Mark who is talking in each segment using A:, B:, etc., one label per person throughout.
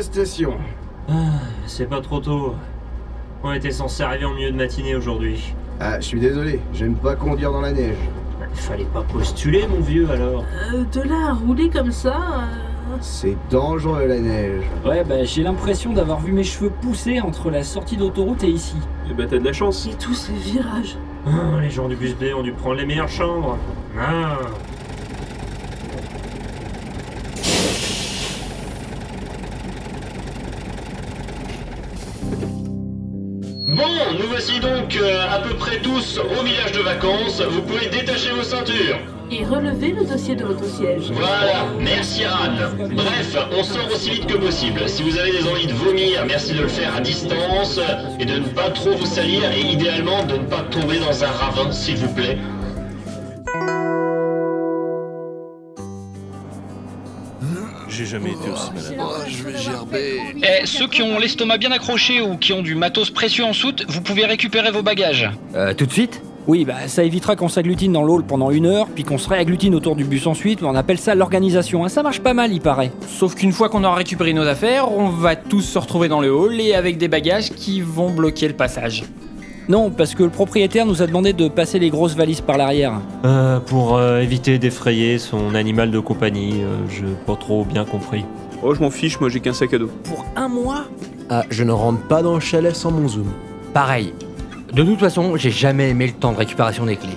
A: station.
B: Ah, c'est pas trop tôt. On était censé arriver en milieu de matinée aujourd'hui.
A: Ah, je suis désolé, j'aime pas conduire dans la neige.
B: Fallait pas postuler, mon vieux, alors.
C: Euh, de là à rouler comme ça. euh,
A: C'est dangereux la neige.
D: Ouais, bah j'ai l'impression d'avoir vu mes cheveux pousser entre la sortie d'autoroute et ici.
E: Eh ben, t'as de la chance.
C: Et tous ces virages.
B: Ah, les gens du bus B ont dû prendre les meilleures chambres. Ah.
F: Bon, nous voici donc euh, à peu près tous au village de vacances. Vous pouvez détacher vos ceintures.
C: Et relever le dossier de votre siège.
F: Voilà, merci Anne. Bref, on sort aussi vite que possible. Si vous avez des envies de vomir, merci de le faire à distance et de ne pas trop vous salir et idéalement de ne pas tomber dans un ravin, s'il vous plaît.
E: J'ai jamais été aussi malade.
G: Oh, je vais gerber.
H: Eh, ceux qui ont l'estomac bien accroché ou qui ont du matos précieux en soute, vous pouvez récupérer vos bagages.
I: Euh, tout de suite
D: Oui, bah ça évitera qu'on s'agglutine dans l'hall pendant une heure, puis qu'on se réagglutine autour du bus ensuite, on appelle ça l'organisation, hein, ça marche pas mal, il paraît.
J: Sauf qu'une fois qu'on aura récupéré nos affaires, on va tous se retrouver dans le hall et avec des bagages qui vont bloquer le passage.
D: Non, parce que le propriétaire nous a demandé de passer les grosses valises par l'arrière.
B: Euh, pour euh, éviter d'effrayer son animal de compagnie, euh, je pas trop bien compris.
E: Oh, je m'en fiche, moi j'ai qu'un sac à dos.
D: Pour un mois
G: Ah, je ne rentre pas dans le chalet sans mon zoom.
I: Pareil. De toute façon, j'ai jamais aimé le temps de récupération des clés.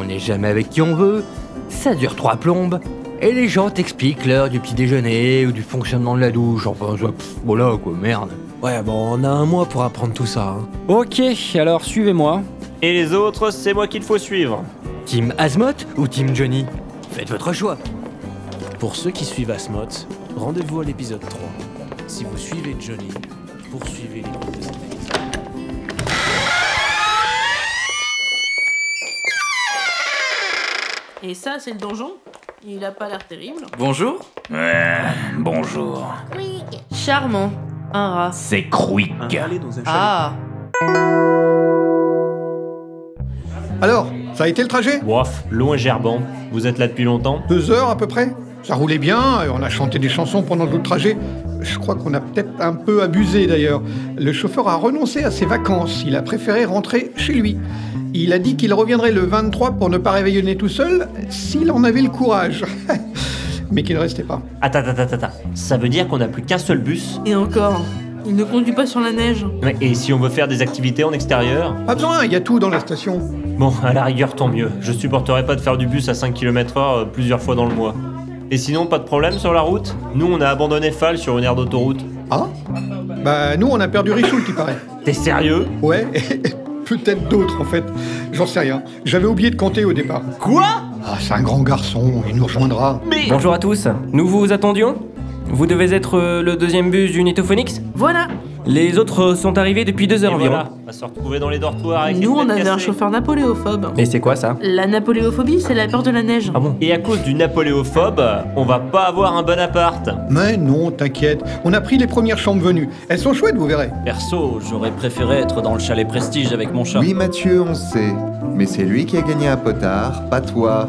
I: On n'est jamais avec qui on veut, ça dure trois plombes, et les gens t'expliquent l'heure du petit déjeuner ou du fonctionnement de la douche, enfin, ça, pff, voilà quoi, merde.
G: Ouais, bon, on a un mois pour apprendre tout ça. hein.
D: Ok, alors suivez-moi.
B: Et les autres, c'est moi qu'il faut suivre.
I: Team Asmoth ou Team Johnny Faites votre choix.
G: Pour ceux qui suivent Asmoth, rendez-vous à l'épisode 3. Si vous suivez Johnny, poursuivez les routes de cette analyse.
C: Et ça, c'est le donjon. Il a pas l'air terrible.
K: Bonjour Bonjour.
L: Charmant. Un rat.
K: C'est Crouic.
E: Un aller dans un chalet.
L: Ah.
M: Alors, ça a été le trajet
B: Ouaf, long et gerbant. Vous êtes là depuis longtemps
M: Deux heures à peu près Ça roulait bien, et on a chanté des chansons pendant tout le trajet. Je crois qu'on a peut-être un peu abusé d'ailleurs. Le chauffeur a renoncé à ses vacances, il a préféré rentrer chez lui. Il a dit qu'il reviendrait le 23 pour ne pas réveillonner tout seul, s'il en avait le courage. Mais qu'il ne restait pas.
B: Attends, attends, attends, attends. Ça veut dire qu'on n'a plus qu'un seul bus
C: Et encore. Il ne conduit pas sur la neige.
B: Ouais, Et si on veut faire des activités en extérieur
M: Pas besoin, il y a tout dans la station.
B: Bon, à la rigueur, tant mieux. Je supporterai pas de faire du bus à 5 km/h euh, plusieurs fois dans le mois. Et sinon, pas de problème sur la route Nous, on a abandonné Fall sur une aire d'autoroute.
M: Ah Bah nous on a perdu Richoult, il paraît.
B: T'es sérieux
M: Ouais, et peut-être d'autres en fait. J'en sais rien. J'avais oublié de compter au départ.
K: Quoi
M: Ah, c'est un grand garçon, il nous rejoindra.
J: Bonjour à tous, nous vous attendions Vous devez être euh, le deuxième bus du Nitophonix
C: Voilà.
J: Les autres euh, sont arrivés depuis deux
B: Et
J: heures environ.
B: voilà, on va se retrouver dans les dortoirs avec les
C: Nous, on
B: fenêtres
C: avait un
B: cassées.
C: chauffeur napoléophobe.
J: Et c'est quoi ça
C: La napoléophobie, c'est la peur de la neige.
J: Ah bon
B: Et à cause du napoléophobe, on va pas avoir un bon appart.
M: Mais non, t'inquiète. On a pris les premières chambres venues. Elles sont chouettes, vous verrez.
J: Perso, j'aurais préféré être dans le chalet Prestige avec mon chat.
N: Oui, Mathieu, on sait. Mais c'est lui qui a gagné un potard, pas toi.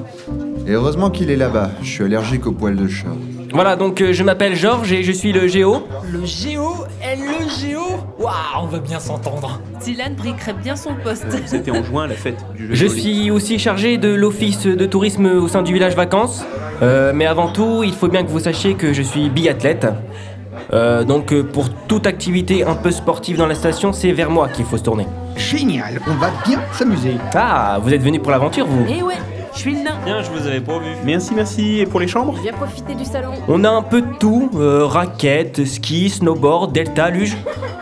N: Et heureusement qu'il est là-bas. Je suis allergique aux poils de chat.
J: Voilà, donc euh, je m'appelle Georges et je suis le Géo.
D: Le Géo et le Géo Waouh, on va bien s'entendre.
L: Dylan briquerait bien son poste.
E: C'était en juin la fête du jeu.
J: Je
E: de rôle.
J: suis aussi chargé de l'office de tourisme au sein du village vacances. Euh, mais avant tout, il faut bien que vous sachiez que je suis biathlète. Euh, donc euh, pour toute activité un peu sportive dans la station, c'est vers moi qu'il faut se tourner.
M: Génial, on va bien s'amuser.
J: Ah, vous êtes venu pour l'aventure, vous
C: Et Eh ouais, je suis le nain.
B: Tiens, je vous avais pas vu.
E: Merci, merci. Et pour les chambres
L: Viens profiter du salon.
J: On a un peu de tout, euh, raquettes, ski, snowboard, delta, luge.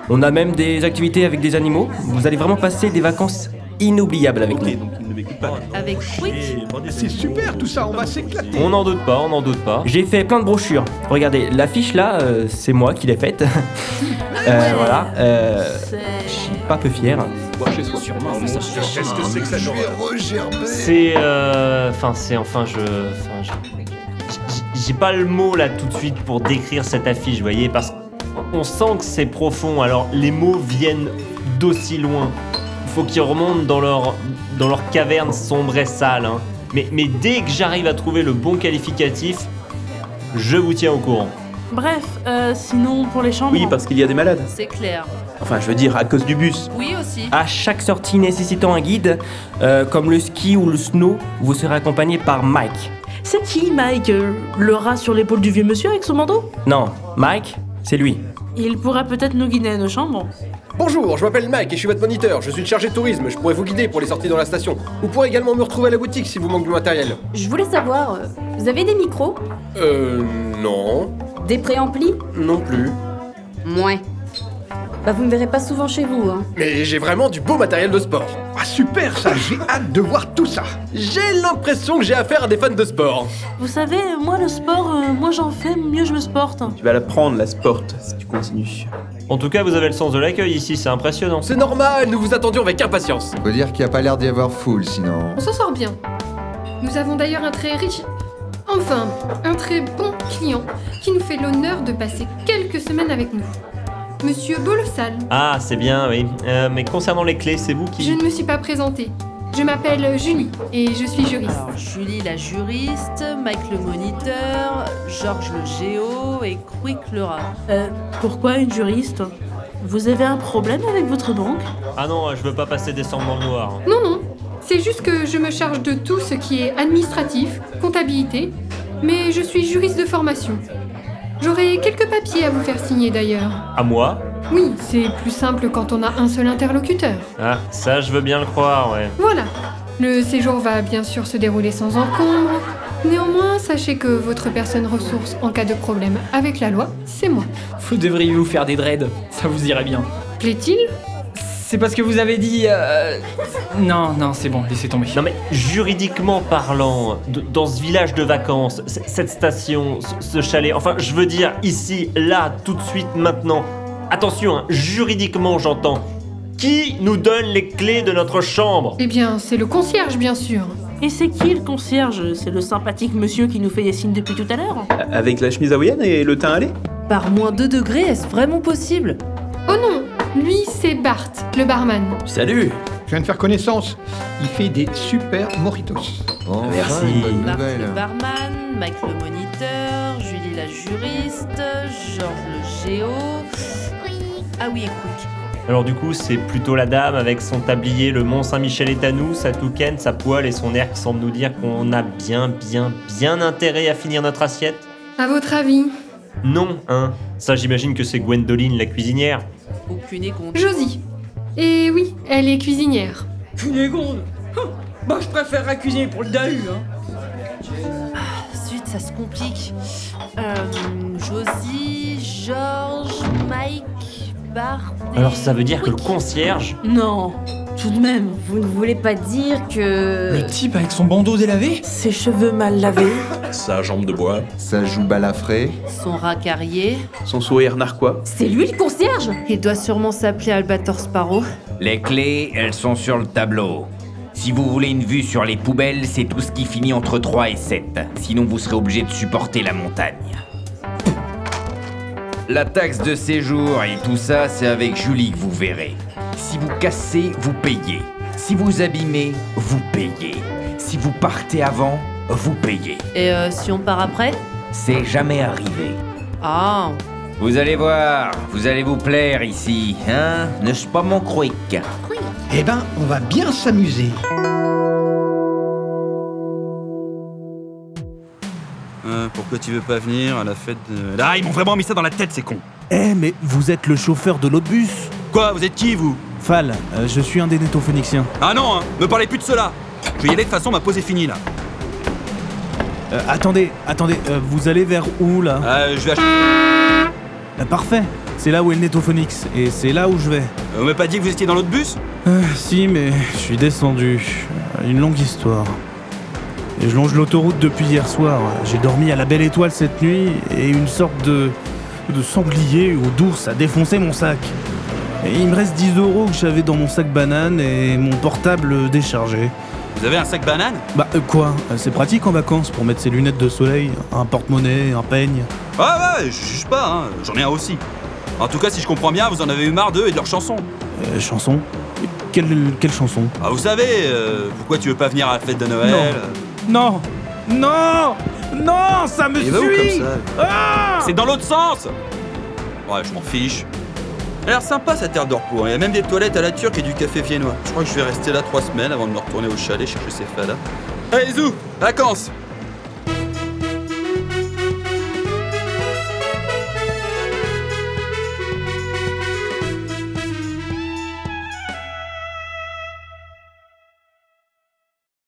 J: On a même des activités avec des animaux. Vous allez vraiment passer des vacances inoubliables avec nous.
E: Ok, donc ils ne m'écoutent pas.
L: Avec Quick.
M: C'est super tout ça, on va s'éclater.
B: On n'en doute pas, on n'en doute pas.
J: J'ai fait plein de brochures. Regardez, l'affiche là, euh, c'est moi qui l'ai faite. Euh, Voilà. euh, je suis pas peu fier.
E: chez soi.
G: Qu'est-ce que c'est que ça,
B: C'est. euh, Enfin, c'est. Enfin, je. Enfin, je. j'- J'ai pas le mot là tout de suite pour décrire cette affiche, vous voyez, parce qu'on sent que c'est profond, alors les mots viennent d'aussi loin. Faut qu'ils remontent dans leur, dans leur caverne sombre et sale. hein. Mais, mais dès que j'arrive à trouver le bon qualificatif, je vous tiens au courant.
O: Bref, euh, sinon pour les chambres.
P: Oui, parce qu'il y a des malades.
C: C'est clair.
P: Enfin, je veux dire, à cause du bus.
C: Oui aussi.
J: À chaque sortie nécessitant un guide, euh, comme le ski ou le snow, vous serez accompagné par Mike.
O: C'est qui, Mike euh, Le rat sur l'épaule du vieux monsieur avec son manteau
J: Non, Mike, c'est lui.
O: Il pourra peut-être nous guider à nos chambres.
Q: Bonjour, je m'appelle Mike et je suis votre moniteur. Je suis chargé de tourisme. Je pourrais vous guider pour les sorties dans la station. Vous pourrez également me retrouver à la boutique si vous manque du matériel.
C: Je voulais savoir, vous avez des micros
Q: Euh, non.
C: Des préamplis
Q: Non plus.
C: Moins.
R: Bah vous me verrez pas souvent chez vous, hein.
Q: Mais j'ai vraiment du beau matériel de sport.
M: Ah, super ça J'ai hâte de voir tout ça
Q: J'ai l'impression que j'ai affaire à des fans de sport.
O: Vous savez, moi le sport, euh, moi j'en fais, mieux je me sporte.
P: Tu vas la prendre, la sport, si tu continues.
B: En tout cas, vous avez le sens de l'accueil ici, c'est impressionnant.
Q: C'est normal, nous vous attendions avec impatience.
S: Faut dire qu'il n'y a pas l'air d'y avoir foule sinon.
N: On s'en sort bien. Nous avons d'ailleurs un très riche, enfin, un très bon client qui nous fait l'honneur de passer quelques semaines avec nous. Monsieur Bolossal.
B: Ah, c'est bien, oui. Euh, mais concernant les clés, c'est vous qui.
N: Je ne me suis pas présentée. Je m'appelle Julie et je suis juriste.
C: Julie la juriste, Mike le moniteur, Georges le géo et Quick le rat.
O: Euh, pourquoi une juriste Vous avez un problème avec votre banque
B: Ah non, je veux pas passer décembre dans le noir.
N: Non, non. C'est juste que je me charge de tout ce qui est administratif, comptabilité, mais je suis juriste de formation. J'aurai quelques papiers à vous faire signer d'ailleurs.
B: À moi
N: Oui, c'est plus simple quand on a un seul interlocuteur.
B: Ah, ça, je veux bien le croire, ouais.
N: Voilà. Le séjour va bien sûr se dérouler sans encombre. Néanmoins, sachez que votre personne ressource en cas de problème avec la loi, c'est moi.
T: Vous devriez vous faire des dreads, ça vous irait bien.
N: Plaît-il
T: C'est parce que vous avez dit. euh, Non, non, c'est bon, laissez tomber.
B: Non mais juridiquement parlant, de- dans ce village de vacances, c- cette station, ce, ce chalet, enfin je veux dire ici, là, tout de suite, maintenant. Attention, hein, juridiquement j'entends. Qui nous donne les clés de notre chambre
N: Eh bien, c'est le concierge, bien sûr.
O: Et c'est qui le concierge C'est le sympathique monsieur qui nous fait des signes depuis tout à l'heure
P: Avec la chemise hawaïenne et le teint allé
C: Par moins 2 degrés, est-ce vraiment possible
N: Oh non Lui, c'est Bart, le barman.
P: Salut
M: Je viens de faire connaissance. Il fait des super mojitos.
S: Merci. une bonne
C: Marc le barman, Mike le moniteur, Julie la juriste, Georges le géo. Ah oui, et Quick.
B: Alors du coup, c'est plutôt la dame avec son tablier, le Mont Saint-Michel est à nous, sa toucaine, sa poêle et son air qui semble nous dire qu'on a bien, bien, bien intérêt à finir notre assiette.
N: À votre avis
B: Non, hein. Ça, j'imagine que c'est Gwendoline la cuisinière.
C: Aucune éconde.
N: Josie. Et oui, elle est cuisinière.
U: Cunégonde Bah, je préférerais cuisiner pour le Dahu, hein.
C: Zut, ça se complique. Euh, Josie, Georges, Mike, Bart.
B: Alors ça veut dire que le concierge...
O: Non, tout de même.
R: Vous ne voulez pas dire que.
T: Le type avec son bandeau délavé
R: Ses cheveux mal lavés.
S: Sa jambe de bois. Sa joue balafrée.
C: Son rat carrier.
P: Son sourire narquois.
C: C'est lui le concierge Il doit sûrement s'appeler Albator Sparrow.
G: Les clés, elles sont sur le tableau. Si vous voulez une vue sur les poubelles, c'est tout ce qui finit entre 3 et 7. Sinon, vous serez obligé de supporter la montagne. La taxe de séjour et tout ça, c'est avec Julie que vous verrez. Si vous cassez, vous payez. Si vous abîmez, vous payez. Si vous partez avant, vous payez.
C: Et euh, si on part après
G: C'est jamais arrivé.
C: Ah,
G: Vous allez voir, vous allez vous plaire ici, hein N'est-ce pas mon croic
M: Eh ben, on va bien s'amuser.
E: Euh, pourquoi tu veux pas venir à la fête de... Ah, ils m'ont vraiment mis ça dans la tête, c'est con
V: Eh mais vous êtes le chauffeur de l'autre bus
E: Quoi Vous êtes qui, vous
V: Fal, euh, je suis un des nétophénixiens.
E: Ah non, hein Me parlez plus de cela Je vais y aller, de toute façon, ma pause est finie, là.
V: Euh, attendez, attendez, euh, vous allez vers où là
E: Euh, je vais acheter...
V: Euh, Parfait, c'est là où est le Netophonix, et c'est là où je vais.
E: Euh, On m'a pas dit que vous étiez dans l'autre bus
V: Euh, si, mais je suis descendu. Une longue histoire. Et je longe l'autoroute depuis hier soir. J'ai dormi à la belle étoile cette nuit et une sorte de. de sanglier ou d'ours a défoncé mon sac. Et il me reste 10 euros que j'avais dans mon sac banane et mon portable déchargé.
E: Vous avez un sac banane
V: Bah euh, quoi euh, C'est pratique en vacances pour mettre ses lunettes de soleil, un porte-monnaie, un peigne.
E: Ah ouais, je juge pas, hein. J'en ai un aussi. En tout cas, si je comprends bien, vous en avez eu marre d'eux et de leurs chansons.
V: Euh, chanson quelle, quelle chanson
E: Ah, vous savez, euh, pourquoi tu veux pas venir à la fête de Noël
V: Non Non Non, ça me
E: Il va où
V: suit
E: bah comme ça C'est dans l'autre sens Ouais, je m'en fiche. Elle a l'air sympa cette terre de repos. hein. Il y a même des toilettes à la turque et du café viennois. Je crois que je vais rester là trois semaines avant de me retourner au chalet chercher ces fadas. Allez, zou Vacances